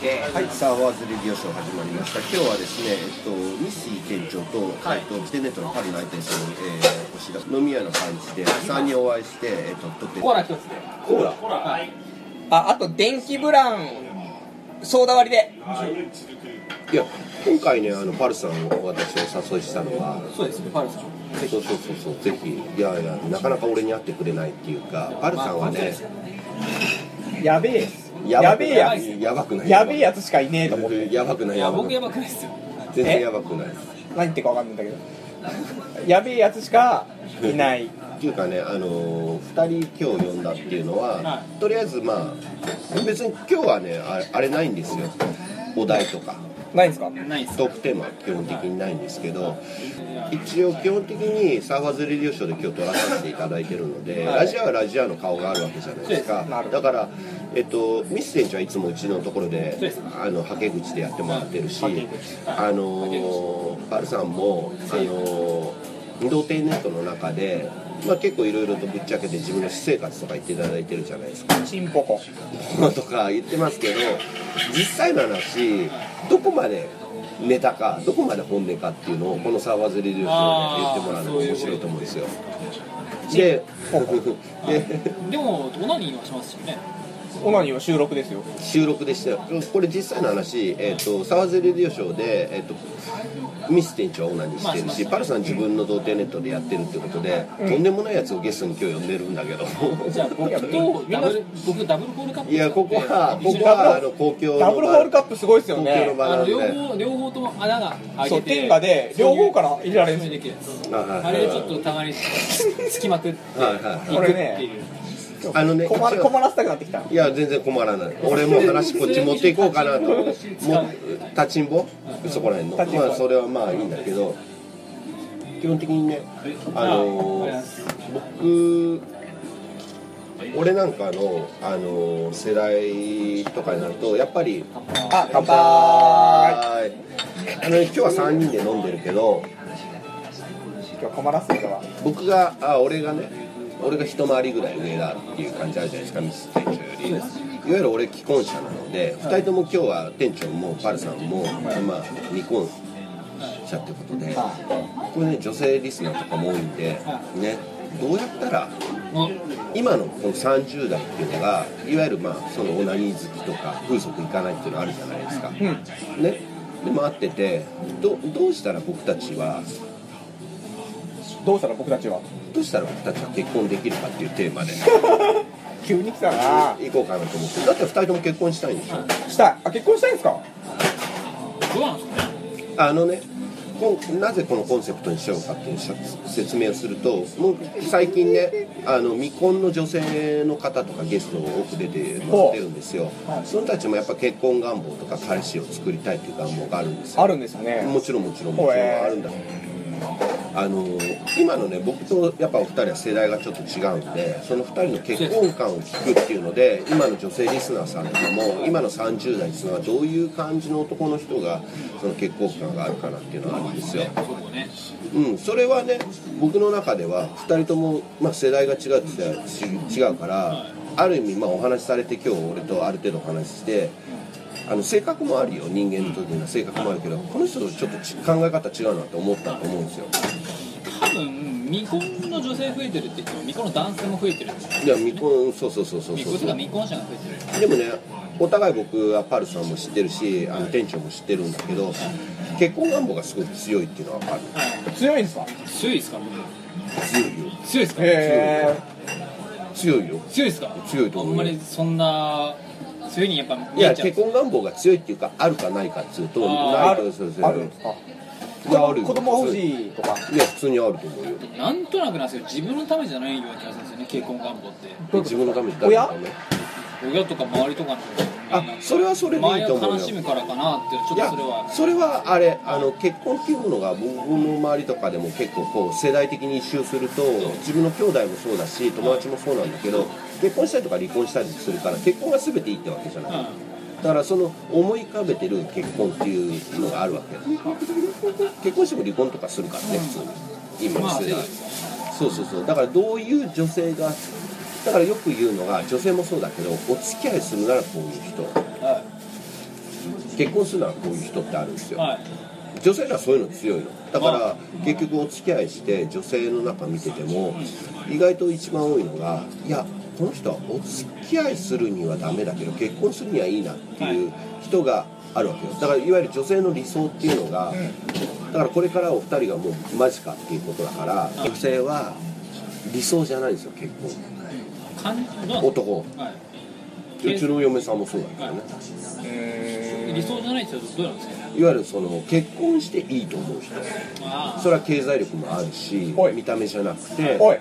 て、はい、サーファーズレディオショー始まりました今日はですね、えっと、ミスイ店長と、えっと、テネットのパリの相手に、えー、お知らせ飲み屋の感じで3人お会いして、えっと、撮ってコーラ一つでコーラはいああと電気ブランソーダ割りでいや今回ねあのパルさんを私お誘いしたのはそうですねパルさんそうそうそうそうぜひいやいやなかなか俺に会ってくれないっていうかパルさんはねやべえばやくべなえいややばくなついやべえやつしかいねえと思ってやばくないいややばく僕ないやばくないですよ全然やばくないです何言ってるか分かんないんだけどやべえやつしかいないっていうかね、あのー、2人今日呼んだっていうのは、はとりあえずまあ別に今日はねあれあれないんですよお題とかないんですかないですトークテーマは基本的にないんですけど一応基本的にサーファーズレディオショーで今日撮らさせていただいてるので、はラいジアはラジアの顔があるわけじゃないですかそうですなるほどだから、えっと、ミス店長はいつもうちのところでそうですあのはけ口でやってもらってるし、はけあのーパルさんも、あのー、童貞ネットの中で、まあ、結構いろいろとぶっちゃけて自分の私生活とか言っていただいてるじゃないですか。チンポコ とか言ってますけど実際の話どこまでネタかどこまで本音かっていうのをこのサーバーズレディオショーで言ってもらうのが面白いと思うんですよでで でもオナニーはしますしねオナニーは収録ですよ収録でしたよこれ実際の話、えー、とサーバーズレディオショーで、えー、とミス店長はオナニーしてるしパルさん自分の童貞ネットでやってるってことで、とんでもないやつをゲストに今日呼んでるんだけどじゃあ僕いやとダブル僕ダブルコールカップいやここはここはあの公共のダブルホールカップすごいですよ公共のね場あなのんで両方両方とも穴が開いててそう天下で両方から入れられるんそうでいうすでよきるんですあはいあれちょっとたまにつきまくってはいはいいくっていうあのね困一る応困らせたくなってきたいや全然困らない俺も話こっち持っていこうかなともう立ちんぼそこら辺の立ちんぼまあそれはまあいいんだけど基本的にねあのー僕俺なんかの、あのー世代とかになるとやっぱりあ乾杯あの、ね、今日は3人で飲んでるけど今日は困らせたわ僕があ俺がね俺が一回りぐらい上だっていう感じあるじゃないですかミス店長よりいわゆる俺既婚者なので2人とも今日は店長もパルさんも、まあ、未婚者ってことでこれね女性リスナーとかも多いんでねどうやったらお今のこの30代っていうのがいわゆるまあそのオナニー好きとか風俗行かないっていうのあるじゃないですか、ねでもあっててどどうしたら僕たちはどうしたら僕たちはどうしたら僕たちは結婚できるかっていうテーマで急に来たな行こうかなと思ってだって2人とも結婚したいんでしょしたいあ結婚したいんですかどうなんですかねあのねこんなぜこのコンセプトにしようかっていうしゃ説明をするともう最近ねあの未婚の女性の方とかゲストを多く出てもらってるんですよはいその人たちもやっぱ結婚願望とか彼氏を作りたいっていう願望があるんですよあるんですよねもちろんもちろんもちろんあるんだけどあの今のね僕とやっぱお二人は世代がちょっと違うんでその二人の結婚観を聞くっていうので今の女性リスナーさんとかも今の30代っていうのはどういう感じの男の人がその結婚観があるかなっていうのはあるんですよ、そうねうん、それはね僕の中では二人とも、まあ、世代が違うって言ったらち違うからある意味まあお話しされて今日俺とある程度お話ししてあの性格もあるよ人間というのは性格もあるけどこの人とちょっとち考え方違うなって思ったと思うんですよ多分未婚の女性増えてるって言っても未婚の男性も増えてるんですよいや未婚そうそうそうそう未そう婚とか未婚者が増えてるでもねお互い僕はパルさんも知ってるしあの店長も知ってるんだけど結婚願望がすごく強いっていうのは分かる強いんですか強いですか強いよ強いですかへ強いよ強いですか強いと思うよあんまりそんな強いにやっぱい見やえちゃう結婚願望が強いっていうかあるかないかっつうとえなあいとるそうそうあるんですかいやあるよ子供欲しいとかいや普通にあると思うよなんとなくなんですけど自分のためじゃないような気がするんですよね結婚願望って自分のために誰のため親とか周りとかのあそれはそれでいいと思うよ周りが悲しむからかなってちょっいとやそれはそれはあれあの結婚っていうものが僕の周りとかでも結構こう世代的に一周すると自分の兄弟もそうだし友達もそうなんだけど結婚したりとか離婚したりするから結婚が全ていいってわけじゃないだからその思い浮かべてる結婚っていうのがあるわけ結婚しても離婚とかするからね普通にう今んのまあそう世代ですそうそうそうだからどういう女性がだからよく言うのが女性もそうだけどお付き合いするならこういう人は結婚するならこういう人ってあるんですよ、はい女性らはそういうの強いのだかまあら結局お付き合いして女性の中見てても意外と一番多いのがいやこの人はお付き合いするにはダメだけど結婚するにはいいなっていう人があるわけよだからいわゆる女性の理想っていうのがだからこれからお二人がもうマジかっていうことだからうん女性は理想じゃないんですよ結感じ婚男はいうちの嫁さんもそうだけどねーん理想じゃないって言うとどうなんですかねいわゆるその結婚していいと思う人ああそれは経済力もあるしおい見た目じゃなくておい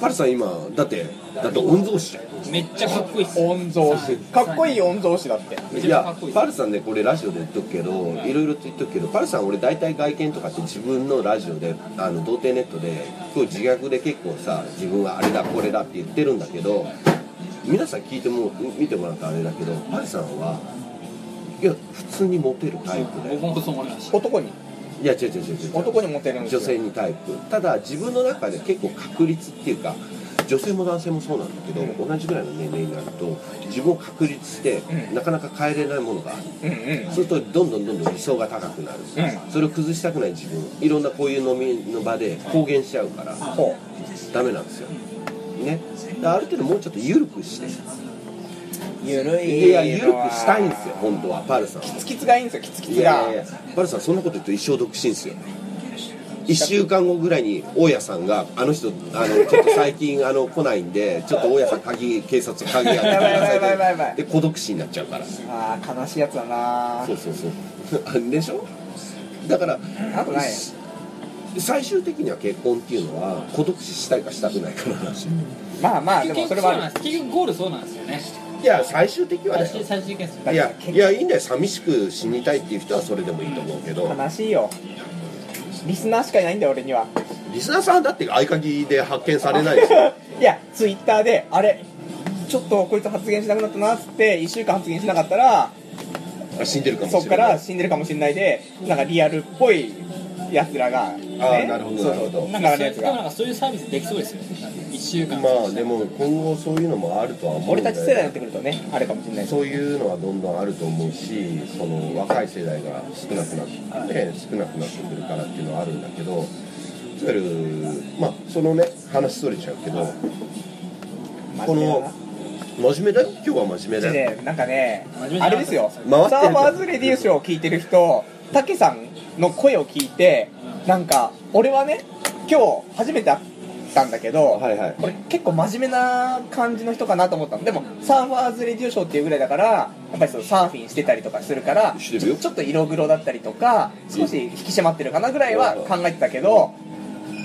パルさん今だってだって御曹司じゃんめっちゃかっこいいっす御曹司かっこいい御曹司だってめちゃいめちゃかやっこいいパルさんねこれラジオで言っとくけどいろいろと言っとくけどパルさん俺大体外見とかって自分のラジオであの童貞ネットでこう自虐で結構さ自分はあれだこれだって言ってるんだけど皆さん聞いても見てもらったあれだけどパルさんはいや普通にモテるタイプだ僕よもそう思いました男にいや違う違う違う違う男にモテるんです女よ性にタイプただ自分の中で結構確率っていうか女性も男性もそうなんだけど、うん同じぐらいの年齢になると自分を確立して、うんなかなか変えれないものがあるうんうそんうするとどんどんどんどん理想が高くなる、うそれを崩したくない自分いろんなこういう飲みの場で公言しちゃうからほダメなんですよねだからある程度もうちょっと緩くしてうゆるいいや緩くしたいんですよ本当はパールさんはキツキツがいいんですよキツキいツがやいやいやパルさんそんなこと言うと一生独身ですよ1週間後ぐらいに大家さんが「あの人あのちょっと最近あの来ないんでちょっと大家さん鍵警察鍵開けてくだやばいやばいやばさいい」で孤独死になっちゃうからそあー悲しいやつだなうそうそう でしょだからあとない最終的には結婚っていうのは孤独死したいかしたくないかの話いまあまあで結もそ局そうれはあなんるです結局ゴールそうなんですよねや最終的は最だ終よ最終的ですよねいやいやいいんだよ寂しく死にたいっていう人はそれでもいいと思うけど悲しいよリスナーしかいないんだよ俺にはリスナーさんだって合鍵で発見されないでしょいやツイッターであれちょっとこいつ発言しなくなったなっつって1週間発言しなかったら死んでるかもしれそないっから死んでるかもしれないでなんかリアルっぽいやつらが、あーね、なるほどそうなるほどなんかあなるんかやつがそういうサービスできそうですよね1週間まあでも今後そういうのもあるとは思うん俺だたよち世代になってくるとねあれかもしれないそういうのはどんどんあると思うしその若い世代が少なくなって、ね、少なくなってくるからっていうのはあるんだけどいわゆるまあそのね話それちゃうけどこの真面目だよ今日は真面目だよねなんかね真面目じゃなかったあれですよ回サってるからーバーズレディオショーを聞いてる人たけさんの声を聞いてなんか俺はね今日初めて会ったんだけど、はいはいこれ結構真面目な感じの人かなと思ったのでもサーファーズレディオショーっていうぐらいだからやっぱりそのサーフィンしてたりとかするからしてるよちょっと色黒だったりとか少し引き締まってるかなぐらいは考えてたけど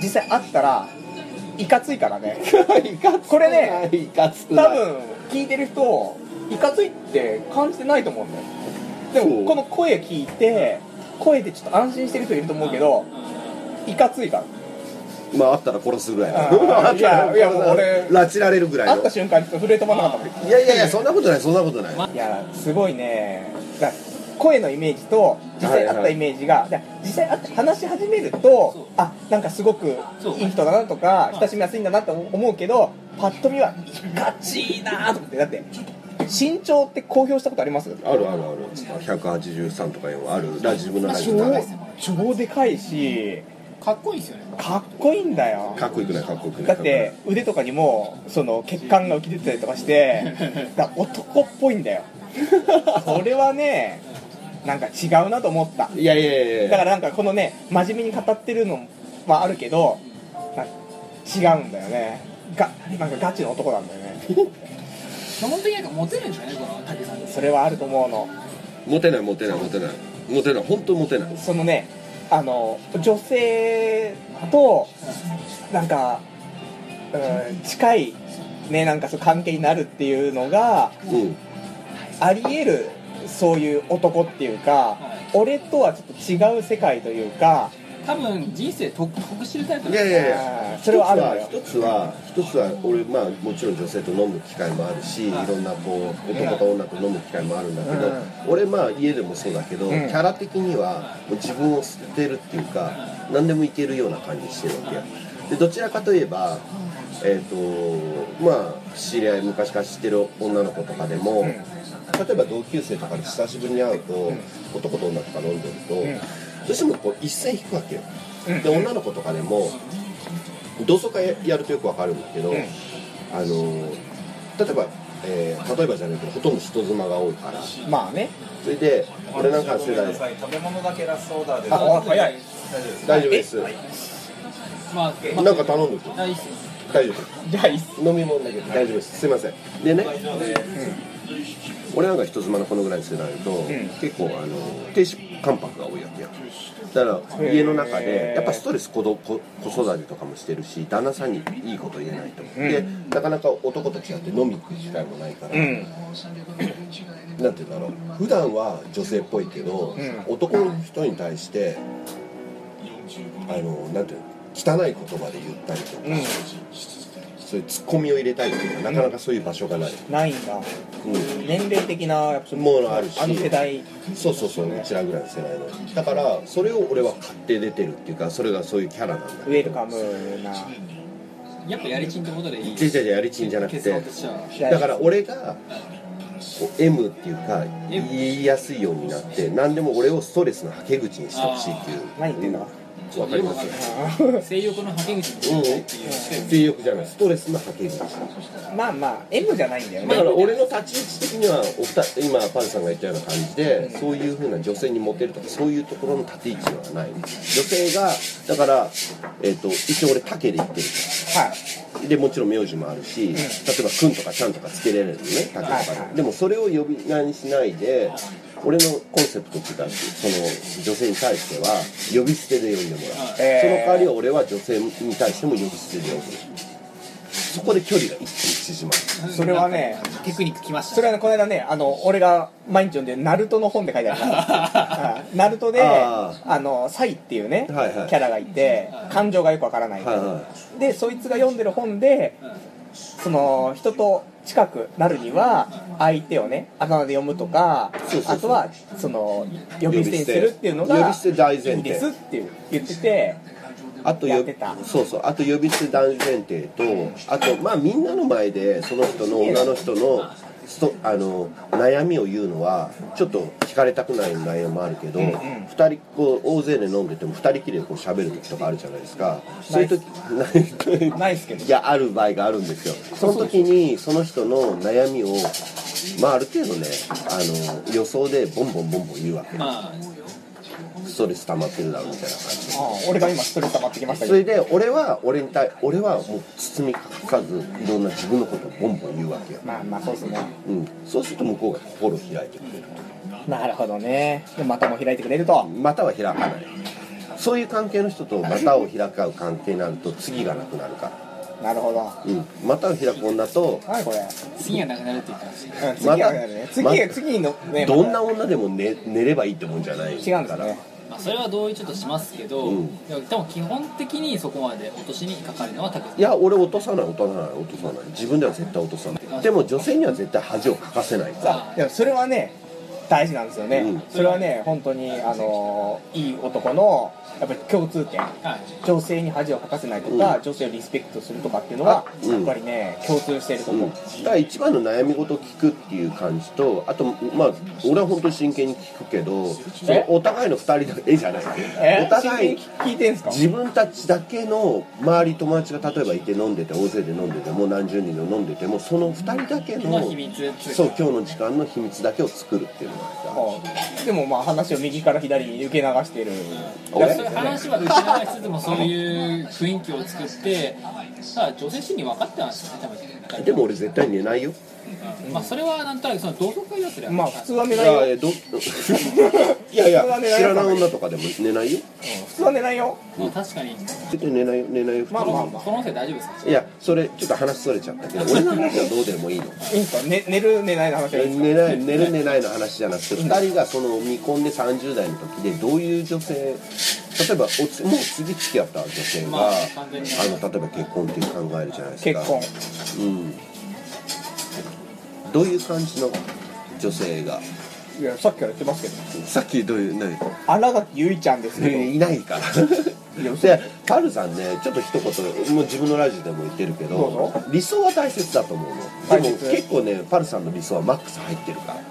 実際会ったらいかついか らねこれねいかつく多分聞いてる人いかついって感じてないと思うんだよでそもうこの声聞いて声でちょっと安心してる人いると思うけどいかついからまああったら殺すぐらいあーあったらいやいやもう俺拉致られるぐらい会っのた瞬間ちょっと震え止まらなかったもんいやいやいやそんなことないそんなことないまいやすごいねだ声のイメージと実際会ったイメージが、だ実際会って話し始めるそうとあなんかすごくいい人だなとかそう親しみやすいんだなって思うけどパッと見はガチいなと思ってだって身長って公表したことありますあるあるある183とか4あるラジ自分のラジオ超超でかいしかっこいいですよねかっこいいんだよかっこよくないかっこよくないだって腕とかにもその血管が浮き出てたりとかしてだから男っぽいんだよそれはねなんか違うなと思ったいやいやいやいやだからなんかこのね真面目に語ってるのはあるけどなんか違うんだよねがなんかガチの男なんだよね基本的になんかモテるんですよねこの武さんですそれはあると思うのモテないモテないモテないモテない本当モテないそのねあの女性となんか、うん、近いねなんかそう関係になるっていうのがうんあり得るそういう男っていうか俺とはちょっと違う世界というか多分人生得得してるタイプなんいやいですやいやあーそれはあるのよ一つは一つは一つは俺まあもちろん女性と飲む機会もあるしいろんなこう男と女と飲む機会もあるんだけど、うん俺まあ家でもそうだけど、うんキャラ的にはもう自分を捨てるっていうか何でもいけるような感じしてるわけよでどちらかといえばえっ、とまあ知り合い昔から知ってる女の子とかでも、うん例えば同級生とかで久しぶりに会うと、男と女とか飲んでると、んどうしてもこう一線引くわけよ、うんで女の子とかでも同窓会やるとよくわかるんだけど、うんあの例えば、えー例えばじゃないけどほとんど人妻が多いからまあねそれで俺なんかの世代食べ物だけラストオーダーであお早い大丈夫です大丈夫ですまあ、まあなんか頼んでくる大好き大丈夫ですじゃあいいっす飲み物だけど大丈夫ですすいませんでね、俺なんか人妻のこのぐらいにしてないと、結構あの低脂関白が多いわけやだからへー家の中でやっぱストレス子ど子子育てとかもしてるし旦那さんにいいこと言えないと、でなかなか男と違って飲み行く機会もないから、うんなんて言うんだろう普段は女性っぽいけど、うん男の人に対してあのなんていうの汚い言葉で言ったりとか、うんそういうツッコミを入れたりとかなかなかそういう場所がない、ないんだう年齢的なやっぱん、ものあるしあの世代そうそうそううちらぐらいの世代のだからそれを俺は買って出てるっていうかそれがそういうキャラなんだウェルカムなやっぱやりちんってことでいいじゃじゃじゃやりちんじゃなく結論てとしてはだから俺がこう M っていうか言いやすいようになって何でも俺をストレスのはけ口にしてほしいっていう何言ってんだわかりますよ性欲の吐き口うんっていうして性欲じゃないストレスのはけ口 まあまあ M じゃないんだよだねから俺の立ち位置的にはお二人今パンさんが言ったような感じでそういうふうな女性にモテるとかそういうところの立ち位置ではない女性がだから、えっと一応俺竹で言ってるはいからでもちろん名字もあるし、例えば「くん」とか「ちゃん」とかつけれるのね竹とかはいはいででもそれを呼び名にしないで俺のコンセプトっていうかその女性に対しては呼び捨てで呼んでもらう、えーその代わりは俺は女性に対しても呼び捨てで呼ぶそこで距離が一気に縮まるそれはねテクニックきましたそれはねこの間ねあの俺が毎日読んでるナルトの本で書いてありま したうんナルトでああのサイっていうね、はいはいキャラがいて感情がよくわからない、はいはでそいつが読んでる本でその人と近くなるには相手をね頭で読むとかそうそうそうあとはその呼び捨てにするっていうのが呼び捨て大前提いいですっていう言っててあとやよってたそうそうあと呼び捨て男前提とあとまあみんなの前でその人の女の人のストあの悩みを言うのはちょっと聞かれたくない内容もあるけど、二人こう大勢で飲んでても二人きりでこう喋る時とかあるじゃないですかそういう時ないないですけど いやある場合があるんですよその時にその人の悩みをまあある程度ねあの予想でボンボンボンボン言うわけまあストレス溜まってるだろうみたいな感じであ俺が今ストレス溜まってきましたけそどれで俺は俺に対俺はもう包み隠さずいろんな自分のことをボンボン言うわけよ、まあまあそうですねうん、そうすると向こうが心を開いてくれるなるほどねでまたも開いてくれるとまたは開かないそういう関係の人とまたを開かう関係になると次がなくなるから、なるほどうん、またを開く女とはいこれ次はなくなるって言ってましたうん次またはねま次たは次のねどんな女でも寝寝ればいいってもんじゃない違うんですねまあそれは同意ちょっとしますけど、うんでもでも基本的にそこまで落としにかかるのは竹いや俺落とさない落とさない落とさない自分では絶対落とさないでも女性には絶対恥をかかせないからさでもそれはね大事なんですよね、うんそれはね本当にあのいい男のやっぱり共通点はい女性に恥をかかせないとか、うん女性をリスペクトするとかっていうのは、あうんやっぱりね共通しているとう、思うんだから一番の悩み事を聞くっていう感じとあとまあ俺は本当に真剣に聞くけどそのお互いの2人だけえじゃないえお互い真剣に聞いてんすか自分たちだけの周り友達が例えばいて飲んでて大勢で飲んでてもう何十人で飲んでてもその2人だけのの秘密そう今日の時間の秘密だけを作るっていうのがはいでもまあ話を右から左に受け流してる俺そういう話は受け流しつつもそういう雰囲気を作ってただ女性心に分かってましたね多分でも俺絶対寝ないよまあそれはなんとなくその同窓会だったらまあ普通はい寝ないよ、やいやど いやいやそれは寝ない知らない女とかでも寝ないよ普通は寝ないよまあ確かに絶対寝ないよ寝ないよ普通まあまあまあこの音声大丈夫ですかいやそれちょっと話それちゃったけど俺の話はどうでもいいのいいんすか、ね、寝る寝ないの話はいいんすか寝ない寝る寝ないの話じゃなくて2人がその未婚で30代の時でどういう女性例えばおつもう次付き合った女性が、まああ完全に、の例えば結婚っていう考えるじゃないですか結婚うんどういう感じの女性がいやさっきから言ってますけどさっきどういう何新垣結衣ちゃんですけ どいないからいやでバルさんねちょっと一言もう自分のラジオでも言ってるけどどうぞ理想は大切だと思う大のでも切結構ねパルさんの理想はマックス入ってるから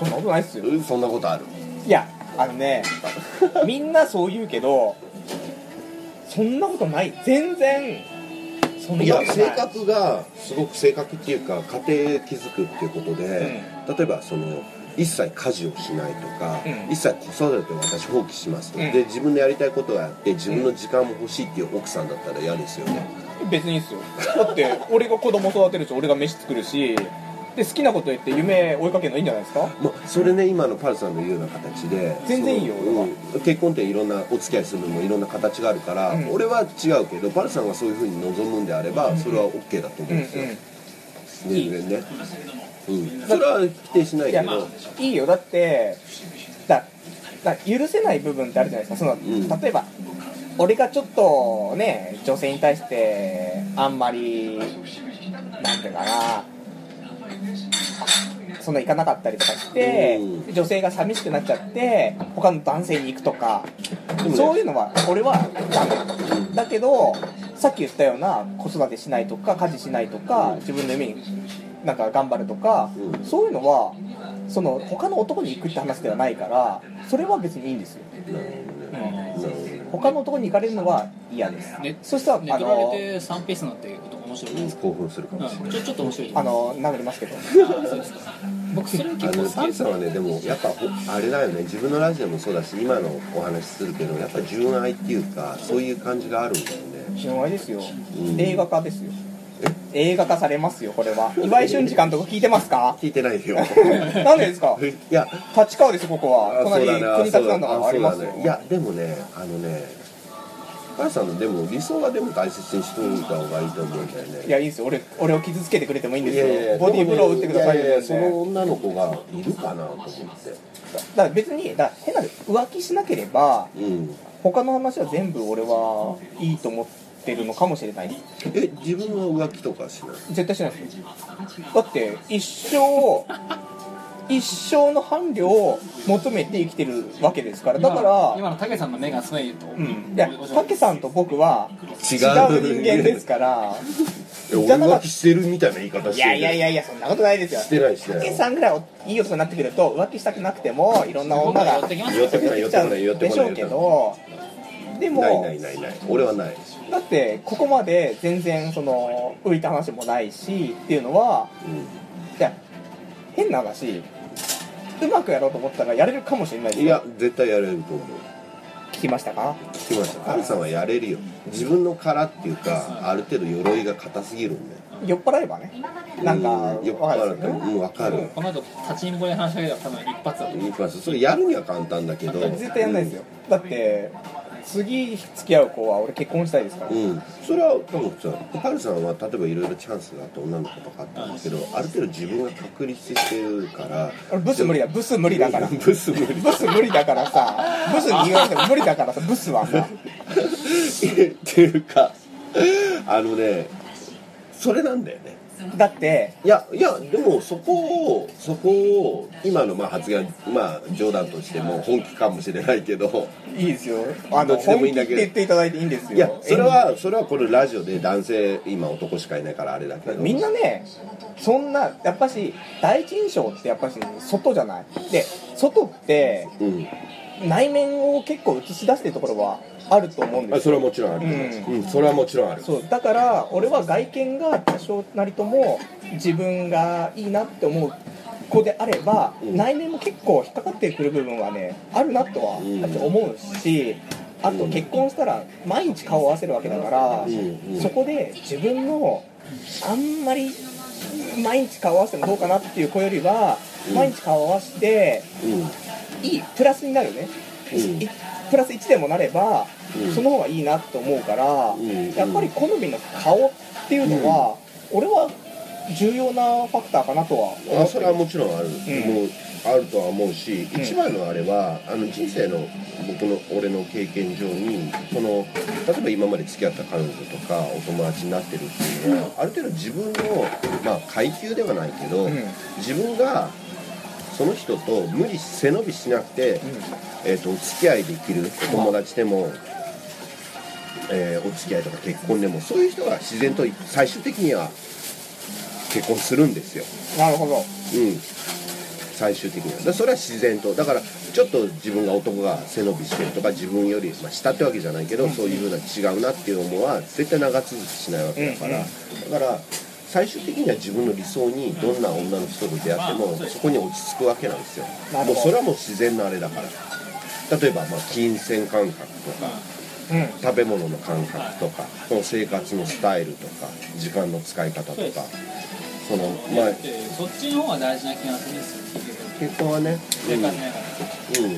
そんなことないっすようんそんなことあるいやあのね みんなそう言うけどそんなことない全然そんいなやこと性ない格がすごく性格っていうか家庭築くっていうことで、例えばその一切家事をしないとか、うん一切子育てを私放棄しますと、うんで自分でやりたいことをやって自分の時間も欲しいっていう奥さんだったら嫌ですよね、別にいいっすよだって 俺が子供育てるし俺が飯作るしで好きなこと言って夢追いかけるのいいんじゃないですかまあ、それね今のパルさんの言うような形で全然いいよその俺はうん結婚っていろんなお付き合いするのもいろんな形があるから、うん俺は違うけどパルさんがそういうふうに望むんであればそれは OK だと思ううんんでうすよ、ん全然ね、うん、それは否定しないいけやど、いいよだってだだ許せない部分ってあるじゃないですかその、ん例えば俺がちょっとね女性に対してあんまりなんていうかなそんないかなかったりとかして、うん女性が寂しくなっちゃって他の男性に行くとか、もねそういうのは俺はダメだけどさっき言ったような子育てしないとか家事しないとか、うん自分の夢になんか頑張るとか、うんそういうのはその他の男に行くって話ではないからそれは別にいいんですよ、なるほどねなるほどね他の男に行かれるのは嫌です、ねそした寝らあ取られのて3ペースなんてこと面白いです興奮するかもしれない。うん、ちょちょっと面白いとあ思いの殴りますけどますあそうですか僕それはあ結構の好サきでンすさんはねでもやっぱほあれだよね自分のラジオもそうだし今のお話するけどやっぱ純愛っていうかそういう感じがあるんだよね純愛ですよ、うん映画化ですよ映画化されますよこれは岩井俊二監督聞いてま すか聞いてない よなんでですかいや立川ですここはあそう隣だねあ国そ立さうだんねとあかあそりうまだすよねいやでもねあのね母さんのでも理想はでも大切にしておいた方がいいと思うんだよねいやいいんですよ俺俺を傷つけてくれてもいいんでいすよボディーブロー打ってくださいよいやいやその女の子がいるかなと思ってだから別にだから変な浮気しなければうん他の話は全部俺はいいと思ってるのかもしれないですえ自分は浮気とかしない絶対しないですよだって一生一生の伴侶を求めて生きてるわけですからだか今ら今の武さんの目がすごいと、うんいや武さんと僕は違違うう人間ですからえ俺浮気してるみたいな言い方しいてるやいやいやいやそんなことないですよしてないしてない武さんぐらいいい大人になってくると浮気したくなくてもいろんな女が寄ってきます寄ってこない寄っきちてゃこうない寄ってでこしないょうけどでもないないないない俺はないだってここまで全然その浮いた話もないしっていうのはういや変な話うまくやろうと思ったらやれるかもしれないでんすよいや絶対やれると思う聞きましたか聞きましたカルさんはやれるよ自分の殻っていうかある程度鎧が硬すぎるんで酔っ払えばねなんかうんよくわわかかるるんですよねうんわかるこの後立ちんぼで話しかけたら多分一発だと思ういいかそれやるには簡単だけど絶対やんないですよだって次付き合う子は俺結婚したいですからうん、それは多分さカルさんは例えばいろいろチャンスがあって女の子とかあったんだけどある程度自分が確立してるから俺ブス無理だブス無理だから ブス無理ブス無理だからさブスに言われても無理だからさブスはさっていうかあのねそれなんだよねだっていやいやでもそこをそこを今のまあ発言まあ冗談としても本気かもしれないけどいいですよあどっのちで本もいい気んだってけど言っていただいていいんですよいやそれはそれはこのラジオで男性今男しかいないからあれだけどみんなねそんなやっぱし第一印象ってやっぱし外じゃないで外ってうん内面を結構映し出してるところはあると思うんであすそよれはもちろんあるううん、それはもちろんあるそうだから俺は外見が多少なりとも自分がいいなって思う子であれば、うん内面も結構引っかかってくる部分はねあるなとはうんやっぱ思うしあと結婚したら毎日顔を合わせるわけだから、うんうんそこで自分のあんまり毎日顔を合わせてもどうかなっていう子よりは、うん毎日顔を合わせてうんいいプラスになるね、うんいプラス1でもなれば、うんその方がいいなと思うから、うんやっぱり好みの顔っていうのは、俺は重要なファクターかなとは思あってそるれはもちろんある、んもうあるとは思うし、うん一番のあれはあの人生の僕の俺の経験上にその例えば今まで付き合った彼女とかお友達になってるっていうのは、ある程度自分の、まあ、階級ではないけど、うん自分がその人と無理し背伸びしなくて、えー、とお付き合いできるお友達でもえーお付き合いとか結婚でもそういう人が自然と最終的には結婚するんですよなるほうどん最終的にはだからそれは自然とだからちょっと自分が男が背伸びしてるとか自分より、まあ、下ってわけじゃないけどそういうふうな違うなっていう思いは絶対長続きしないわけだから、うんだから最終的には自分の理想にどんな女の人と出会ってもそこに落ち着くわけなんですよなもるほどうそれはもう自然のあれだから例えばまあ金銭感覚とかうん食べ物の感覚とかその生活のスタイルとか時間の使い方とそうでかすそのまだあってそっちの方が大事な気がするんですよ結局結婚はね、そういう感じだからうん、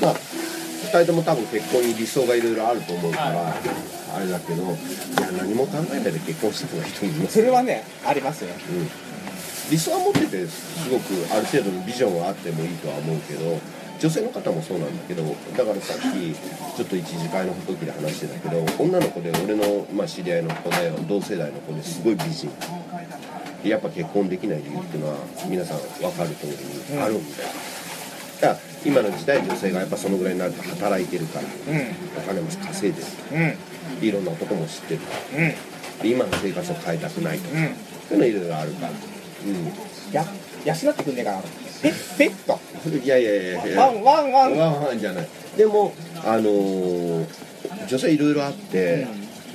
まあ2人とも多分結婚に理想がいろいろあると思うから、はあれだけどいや何も考えないで結婚したくない人もいますそれはねありますようん、理想は持っててすごくある程度のビジョンはあってもいいとは思うけど女性の方もそうなんだけどだからさっきちょっと一次会の時で話してたけど女の子で俺の、まあ、知り合いの子で同世代の子ですごい美人でやっぱ結婚できない理由っていうのは皆さん分かる通りにあるんだよ、だから今の時代女性がやっぱそのぐらいになると働いてるからうんお金も稼いでるうんいろんな男も知ってるうんで今の生活を変えたくないとか、うんそういうのいろいろあるからうんや養ってくんねえかなペッペッといやいやいやいやワンワンワンワンワンじゃないでもあのー女性いろいろあって、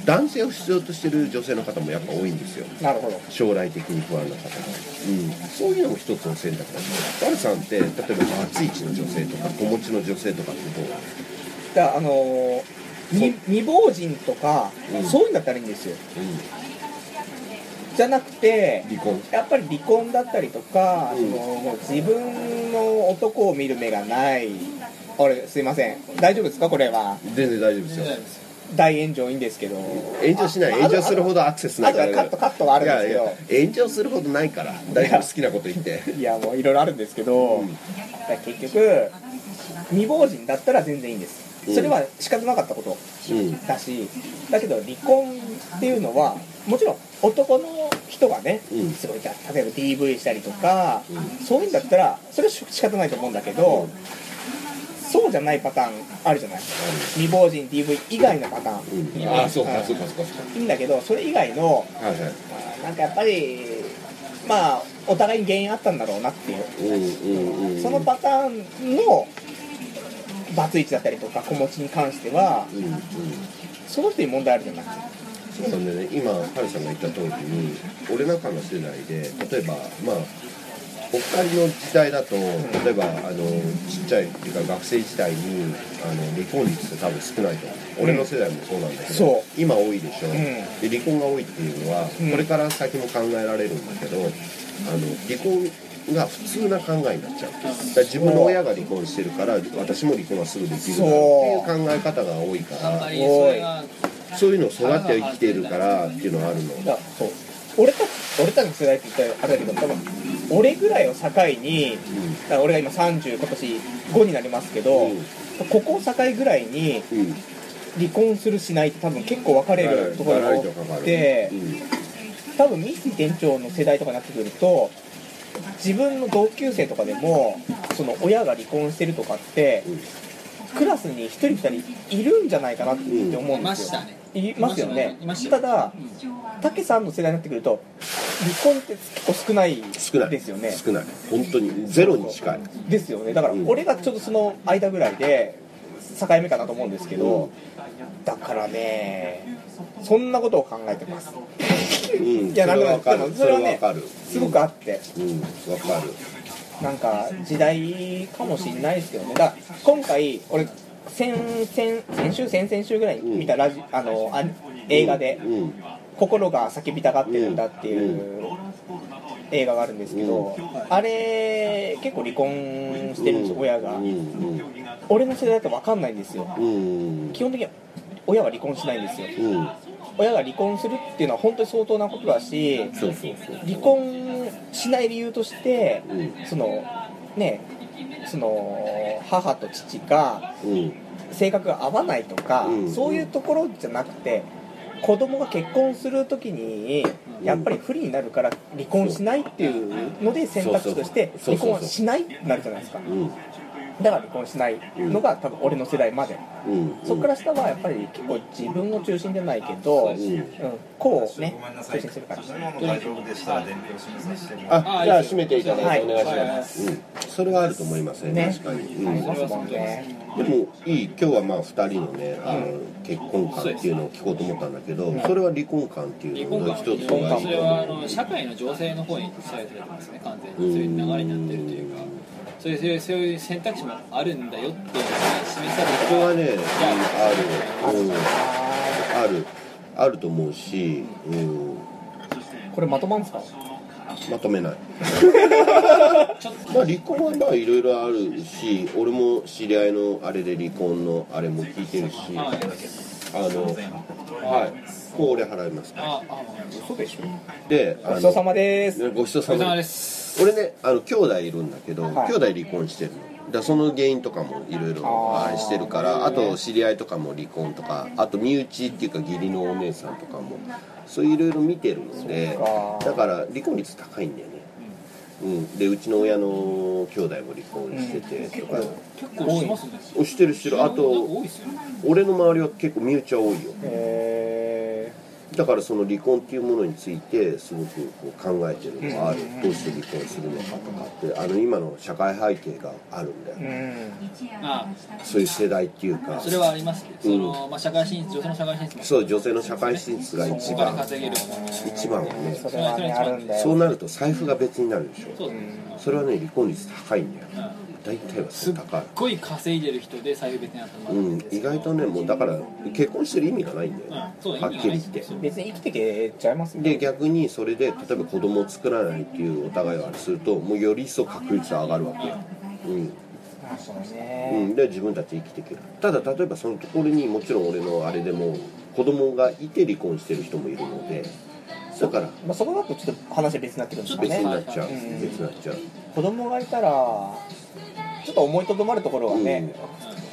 男性を必要としてる女性の方もやっぱ多いんですよなるほど将来的に不安な方が、うん、そういうのも一つの選択だしワルさんって例えばバツイチの女性とか子持ちの女性とかってどうだからあのーに未亡人とか、うんそういうんだったらいいんですようじゃなくてん、離婚やっぱり離婚だったりとか、うんそのもう自分の男を見る目がないあれすいません大丈夫ですかこれは全然大丈夫です大丈夫よです大炎上いいんですけど炎上しないあ炎上するほどアクセスないからあとはカットカットはあるんですけいどやいや炎上するほどないから大丈夫好きなこと言 っていやもういろいろあるんですけど、うんだから結局未亡人だったら全然いいんです、うんそれは仕方なかったことうんだしだけど離婚っていうのはもちろん男の人がね、うんすごい例えば DV したりとか、うそういうんだったらそれは仕方ないと思うんだけど、そうじゃないパターンあるじゃない未亡人 DV 以外のパターン、うん、ああそうかそうかそうかそういいんだけどそれ以外の、かはいはいまあなんかやっぱりまあお互いに原因あったんだろうなっていうそそのパターンのバツイチだったりとか子持ちに関してはうんうんその人に問題あるじゃないそんでね今ハルさんが言った通りに俺なんかの世代で例えばまあお二人の時代だと例えばあのちっちゃいっていうか学生時代にあの離婚率って多分少ないと思う俺の世代もそうなんだけど、そう今多いでしょ、んで離婚が多いっていうのは、うんこれから先も考えられるんだけどあの離婚が普通な考えになっちゃうだから自分の親が離婚してるから私も離婚はすぐできるだろうっていう考え方が多いかあんまらりそれがそういうのを育って生きているからっていうのはあるのだからそう俺たち俺たちの世代って言ったらあれだけど多分俺ぐらいを境にうだから俺が今30今年5になりますけど、うんここを境ぐらいんにうん離婚するしないって多分結構分かれるところが多くてうん多分三井店長の世代とかになってくると自分の同級生とかでもその親が離婚してるとかってクラスに1人2人いるんじゃないかなって思ういんまでしすたよ。ねいますよねいましたたねだたけさんの世代になってくると離婚って結構少ない少ないですよね少ない本当にゼロに近いですよねだからうん俺がちょっとその間ぐらいで境目かなと思うんですけど、だからねそんなことを考えてますうんいやそれはなんわかかでもるそそれれははねわかるすごくあってうんわかるなんか時代かもしれないですけどねだから今回俺先先先週先々週ぐらいに見たラジ、あのあ映画でうんうん「心が叫びたがってるんだ」っていう映画があるんですけど、あれ結構離婚してるんですよ親がうんうん俺の世代だと分かんないんですようん基本的には親は離婚しないんですようん親が離婚するっていうのは本当に相当なことだしそうそうそう離婚しない理由としてうんそのねその母と父がうん性格が合わないとか、うんそういうところじゃなくて子供が結婚するときにうんやっぱり不利になるから離婚しないっていうので選択肢としてそ離うそうそう婚はしないってなるじゃないですかうんだから離婚しないのが多分俺の世代まで、うんそこから下はやっぱり結構自分の中心じゃないけど、ううんんこうねごめんなさ中い。心するから食べ物大丈夫でしたら伝票しますしてもらって。あじゃあ閉めていただいてお願いします、はいうん、それはあると思いますねね確かに、うんありますもんねでもいい今日はまあ2人のねあの結婚観っていうのを聞こうと思ったんだけどそれは離婚観って離いうの婚の観一つそがいいれはあの社会の情勢の方に左右されてますね完全にそういう流れになってるというかそういうそういうそういう選択肢もあるんだよっていうのが示されてそれはねある、うん、ああるあると思うし、うん、ーこれまとまんすかまとめ ないちょっとまあ離婚はまあいろいろあるし俺も知り合いのあれで離婚のあれも聞いてるしあはいのはいこう俺払いますああ嘘でしょであごのちそうさまですねごちそうお疲され様までですす俺ねあの兄弟いるんだけど、はい兄弟離婚してるのだからその原因とかもいろいろあーあれしてるからあと知り合いとかも離婚とかあと身内っていうか義理のお姉さんとかもそういろいろ見てるのでそっかだから離婚率高いんだよね、うん、でうちの親の兄弟も離婚しててとか、結構してますねおしてるしてるあなんかと多いですよね俺の周りは結構身内は多いよえだからその離婚っていうものについてすごくこう考えてるのがあるどうして離婚するのかとかってあの今の社会背景があるんだよ、ー、うんあそういう世代っていうかそれはありますねその、まあ、社会進出女性の社会進出もそう女性の社会進出が一お金番稼げる一番はねそれはねあるんだよそうなると財布が別になるでしょそうですねそれはね離婚率高いんだようん大体はすそっれ高いごい稼いでる人で財布別に頭うん意外とねもうだから結婚してる意味がないんだよ、ねうんそうはっきり言ってそう別に生きてけちゃいますねで逆にそれで例えば子供を作らないっていうお互いがあれするともうより一層確率は上がるわけよ、うんあそううねん、で自分たち生きていけるただ例えばそのところにもちろん俺のあれでも子供がいて離婚してる人もいるのでだからまあ、そこだとちょっと話は別になってくるんですか別にねなっちゃううん別になっちゃう子供がいたらちょっと思いとどまるところがね、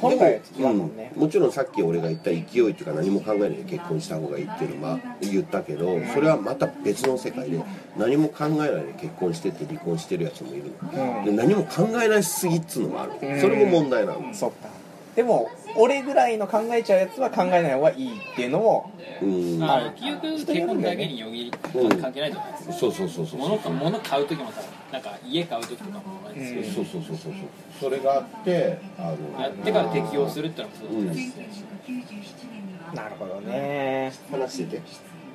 本来は違ううもんんね、もちろんさっき俺が言った勢いっていうか何も考えないで結婚した方がいいっていうのは言ったけどそれはまた別の世界で何も考えないで結婚してて離婚してるやつもいるの、で何も考えないすぎっつうのもある、うんそれも問題なんです、そっかでも俺ぐらいの考えちゃうやつは考えない方がいいっていうのもうんあの結局結婚だけによぎりうん関係ないじゃないですかそうそうそうそう物か物買う時もさなんか家買う時とかもあれですけどそうそうそうそうそうそれがあってあのやってから適用するってのもそうだしなるほどね話してて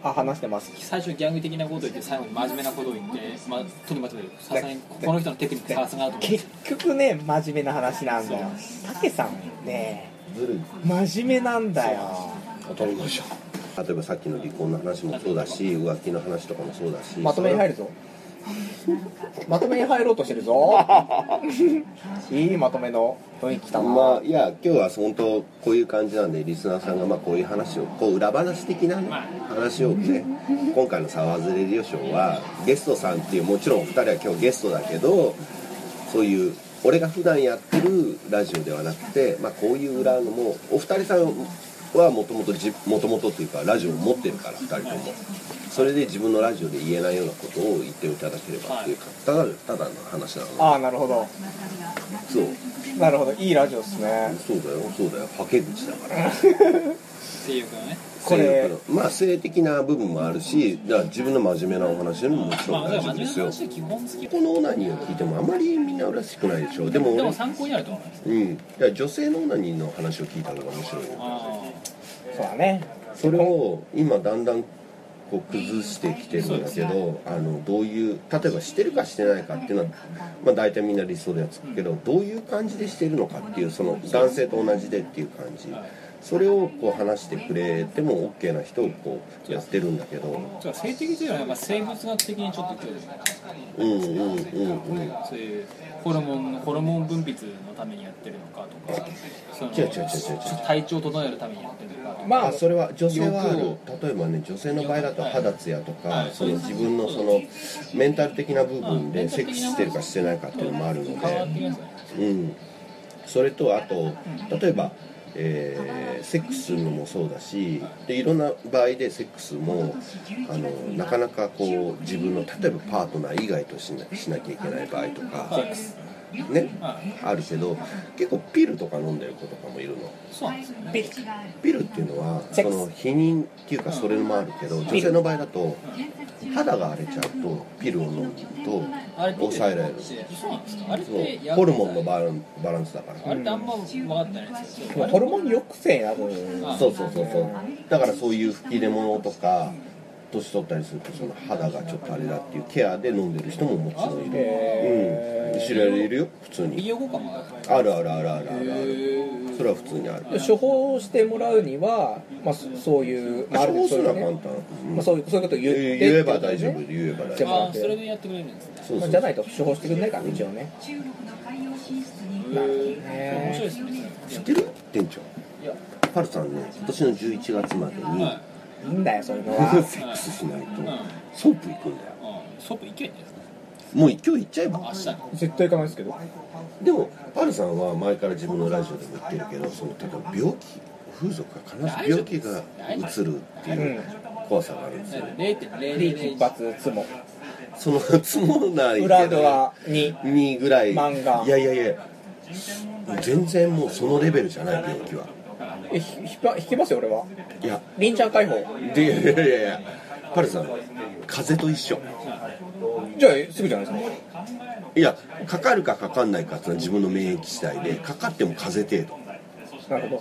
あ話してます最初ギャング的なこと言って最後に真面目なこと言って、まあ、とにまとめるさすがにこの人のテクニックさすがだと思結局ね真面目な話なんだよたけさんねずるい真面目なんだよ当たりましょう例えばさっきの離婚の話もそうだし浮気の話とかもそうだしまとめに入るぞまとめに入ろうとしてるぞいいまとめの雰囲気だな、まあいや今日は本当こういう感じなんでリスナーさんがまあこういう話をこう裏話的なね話をね今回の「沢ズレディオショー」はゲストさんっていうもちろんお二人は今日ゲストだけどそういう俺が普段やってるラジオではなくて、まあ、こういう裏のもお二人さんはもともとじもともとっていうかラジオを持ってるから二人ともそれで自分のラジオで言えないようなことを言っていただければっていうかただただの話なのああなるほどそうなるほどいいラジオっすねそうだよそうだよはけ口だから性欲がねこれまあ性的な部分もあるしだから自分の真面目なお話でももちろまんあだ大か丈ら夫真で面目すよな話は基本好きこのオナニーを聞いてもあまりみんな嬉しくないでしょでもで俺も参考になると思いますうん、いや女性のオナニーの話を聞いたのが面白いよあそうだねそれを今だんだんこう崩してきてるんだけどあのどういう例えばしてるかしてないかっていうのは、まあ、大体みんな理想ではつくけどどういう感じでしてるのかっていうその男性と同じでっていう感じそれをこう話してくれても OK な人をこうやってるんだけどあじゃあ性的というのはなんか生物学的にちょっと言ってるじゃないですかうんうんうんうんそういうホルモンホルモン分泌のためにやってるのかとかその違う違う違う違う違う体調を整えるためにやってるのかとかまああそれは女性はある欲例えばね女性の場合だと肌ツヤとかはいその自分のそのメンタル的な部分うでんセックスしてるかしてないかっていうのもあるの変わってきでますよねうんそれとあと例えばえーセックスするのもそうだしでいろんな場合でセックスもあのなかなかこう自分の例えばパートナー以外としなしなきゃいけない場合とかねはいあるけど結構ピルとか飲んでる子とかもいるのそうなんですよねピルピルっていうのはセッそのクス避妊っていうかそれもあるけど女性の場合だと肌が荒れちゃうとピルを飲むとあれピル抑えられるそうなんですかあれっそてう薬剤ホルモンのバランバランスだからあれってあんま分かってないですよホルモン抑制になるんあそうそうそうそうだからそういう吹き出物とか年取ったりするとその肌がちょっとあれだっていうケアで飲んでる人ももちろんいるへうん知られるよ普通医に療効果もあるあるあるあるあるあるあるへそれは普通にあるー処方してもらうには、まあ、そそういう、まあ、あ処る方すそうるいのうは簡ね、単、うんまあ、そういうそういうことを言って言ってえこばとね大丈夫言えば大で丈夫もああそれでやってくれるんですねそうまそあうじゃないと処方してくれないからね一応ね中国の海洋進出にへえ面白いですね知ってる店長いやパルさんね今年の11月までに、はいいんだよそういうの はセックスしないとうんソープ行くんだようんソープいけんじゃないですもう今日行っちゃえかば明日に絶対行かないですけどでもパルさんは前から自分のラジオでも言ってるけどその例えば病気風俗が必ず病気が移るっていう怖さがあるんですよね利一発つもそのつもない裏側ににぐらい漫画いやいやいや全然もうそのレベルじゃない病気はえひひば引きますよ俺はいやりんちゃん解放でいやいやいやいやパルさん風邪と一緒じゃあすぐじゃないですかいやかかるかかかんないかっていうのは自分の免疫次第でかかっても風邪程度なるほ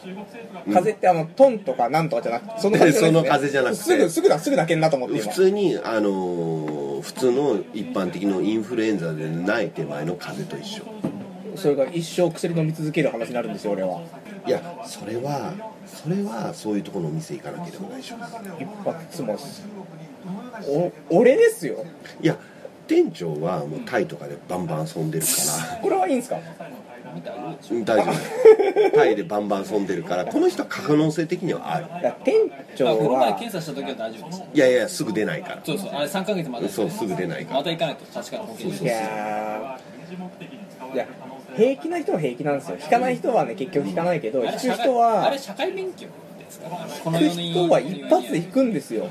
ど。風ってあのトンとかなんとかじゃなくて、その風じゃなそくての風じゃなくてすぐすぐだすぐだけんなと思って普今。通にあのー普通の一般的のインフルエンザでない手前の風邪と一緒それが一生薬飲み続ける話になるんですよ俺は。いやそれはそれはそういうところのお店行かなければ大丈夫一発もお俺ですよ。いや店長はもうタイとかでバンバン遊んでるから これはいいんですか。うん大丈夫タイでバンバン遊んでるからこの人は可能性的にはあるいや店長あこの前は検査した時は大丈夫ですいやいやすぐ出ないからそうそうあれ3ヶ月までそうすぐ出ないからまた行かないと確かに保険いやーいや平気な人は平気なんですよ。引かない人はね結局引かないけど、引く社会人あはれ社会勉強ですからこ引のく世の人は一発で引くんですよ。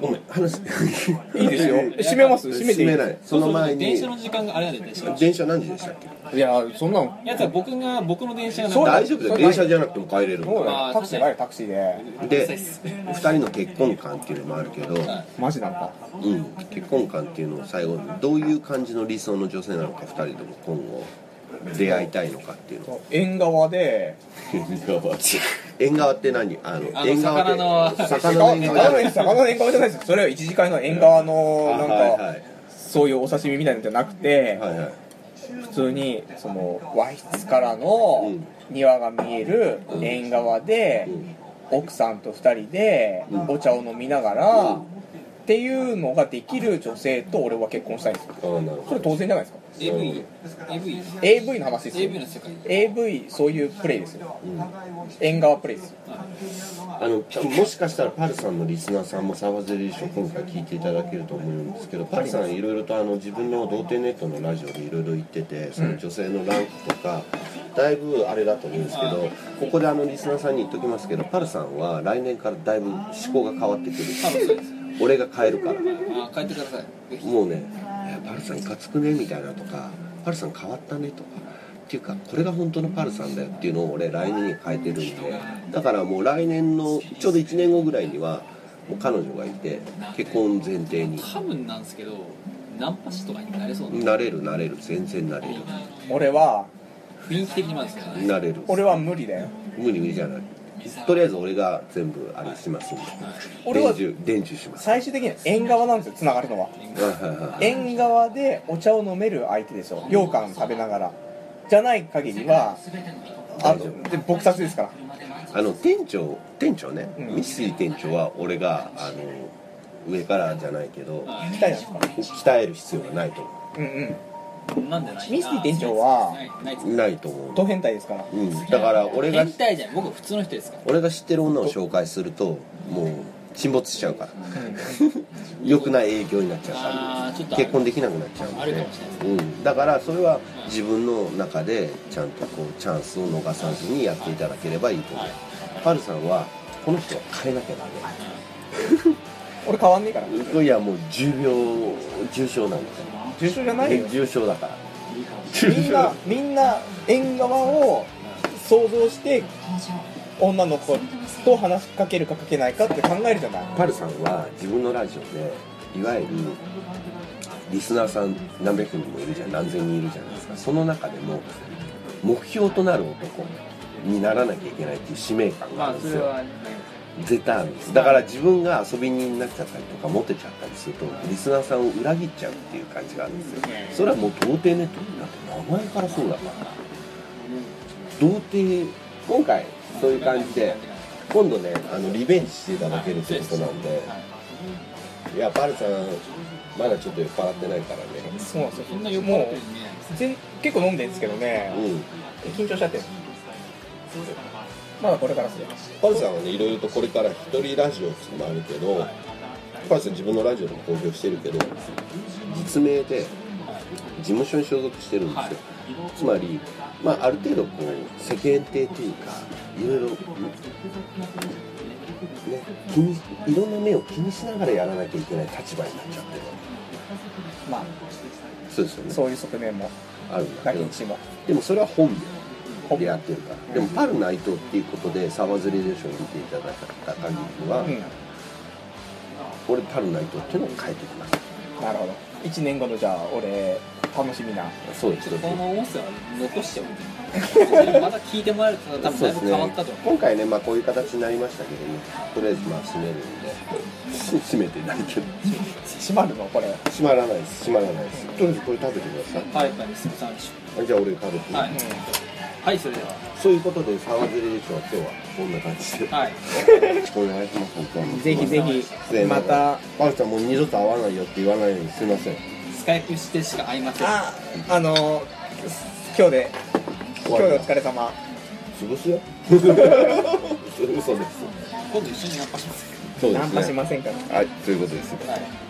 ごめん 話いいで すよ。閉めます。閉めて進いいめないその前に電車の時間があれなんで電車電車何時でしたっけいやそんなの。やつは僕が僕の電車がそうだ大丈夫だよ電車じゃなくても帰れるんそだうだよタクシーだよタクシーでで2人の結婚観っていうのもあるけど、はマジなんかうん、結婚観っていうのを最後にどういう感じの理想の女性なのか2人とも今後出会いたいのかって いうの縁側で縁側って縁側って何あのあの縁側って魚魚の縁側の魚の縁側じゃないですそれは一時間の縁側のなんか、はいはいそういうお刺身みたいなのじゃなくて、はいはい普通にその和室からのうん庭が見える縁側で、うん奥さんと2人でうんお茶を飲みながら、うんっていうのができる女性と俺は結婚したいんですよあーなるそほれ当然じゃないですかい AV AV AV の話ですよ AV の世界 AV そういうプレイですよど、うん縁側プレイですよあのもしかしたらパルさんのリスナーさんもサバゼリー賞今回聞いていただけると思うんですけどパルさんいろいろとあの自分の童貞ネットのラジオでいろいろ言っててその女性のランクとかだいぶあれだと思うんですけどここであのリスナーさんに言っときますけどパルさんは来年からだいぶ思考が変わってくる多分そうです俺が変えるからあ帰ってくださいぜひもうねいや「パルさんいかつくね」みたいなとか「パルさん変わったね」とかっていうかこれが本当のパルさんだよっていうのを俺来年に変えてるんでだからもう来年のちょうど1年後ぐらいにはもう彼女がいて結婚前提に多分なんですけどナンパ師とかになれそうななれるなれる全然なれる俺は雰囲気的にまですけどねなれる俺は無理だよ無理無理じゃないとりあえず俺が全部あれしますんで俺は伝授伝授します最終的には縁側なんですよつながるのははいはいはい縁側でお茶を飲める相手でしょ羊羹食べながらじゃない限りはあ大丈夫で撲殺ですからあの店長店長ね、うんミスイ店長は俺があの上からじゃないけど、みたいなんですか鍛える必要がないと思うんうんなんでないミスティ店長はないないですうないと思ド変態ですからう、うん、だから俺が変態じゃん僕普通の人ですから俺が知ってる女を紹介するともう沈没しちゃうから良くない営業になっちゃうかああちょっらとある結婚できなくなっちゃうあのるでかもしれうないん、だからそれは自分の中でちゃんとこうチャンスを逃さずにやっていただければいいと思う、はいパルさんはこの人は変えなきゃダメ俺変わんねえからいやもう重病重症なんですよ重症じゃないよ重症だからみんなみんな縁側を想像して女の子と話しかけるかかけないかって考えるじゃないパルさんは自分のラジオでいわゆるリスナーさん何百人もいるじゃん何千人いるじゃないですかその中でも目標となる男にならなきゃいけないっていう使命感があるまあんそですれよ、はね絶対あるんですだから自分が遊び人になっちゃったりとかモテちゃったりするとリスナーさんを裏切っちゃうっていう感じがあるんですよそれはもう童貞ネットになって名前からそうだから童貞今回そういう感じで今度ねあのリベンジしていただけるってことなんでいやパルさんまだちょっと酔っ払ってないからねそうなんですよそんな酔っ払っもてるよううに見えないですね全結構飲んでるんですけどねうん緊張しちゃってるまだこれからっすよパルさんはねいろいろとこれから一人ラジオっていうのもあるけどパルさん自分のラジオでも公表してるけど実名で事務所に所属してるんですよつまり、まあ、ある程度こう世間体というかいろいろ、ね、気にいろんな目を気にしながらやらなきゃいけない立場になっちゃってるまあそうですよねそういう側面もあるんだガけキどンチもでもそれは本名でやってるからでもパル内藤っていうことで「サバズレディション」を見ていただいた限りは、うん俺パルナイトっていうのを変えてきますなるほど1年後のじゃあ俺楽しみなそうですちょっとこねの音声は残しておいてまた聞いてもらえると多分だいぶ変わったと思う今回ね、まあ、こういう形になりましたけどねとりあえずまあ閉めるんで 閉めてないけど閉まるのこれ閉まらないです閉まらないですとりあえずこれ食べてくださはいはいすみませんでしいあじゃあ俺食べて、ょはいうんはいそれではそういうことでサワズレディションは今日はこんな感じでよはいろしくお願いします本当にぜひぜ失礼ひなまがらたパルちゃんもう二度と会わないよって言わないようにすいませんスカイプしてしか会いませんああの今日で今日でお疲れ様潰すよ嘘です 今度一緒にナンパしますそうナンでパしすねませんからはいということですはい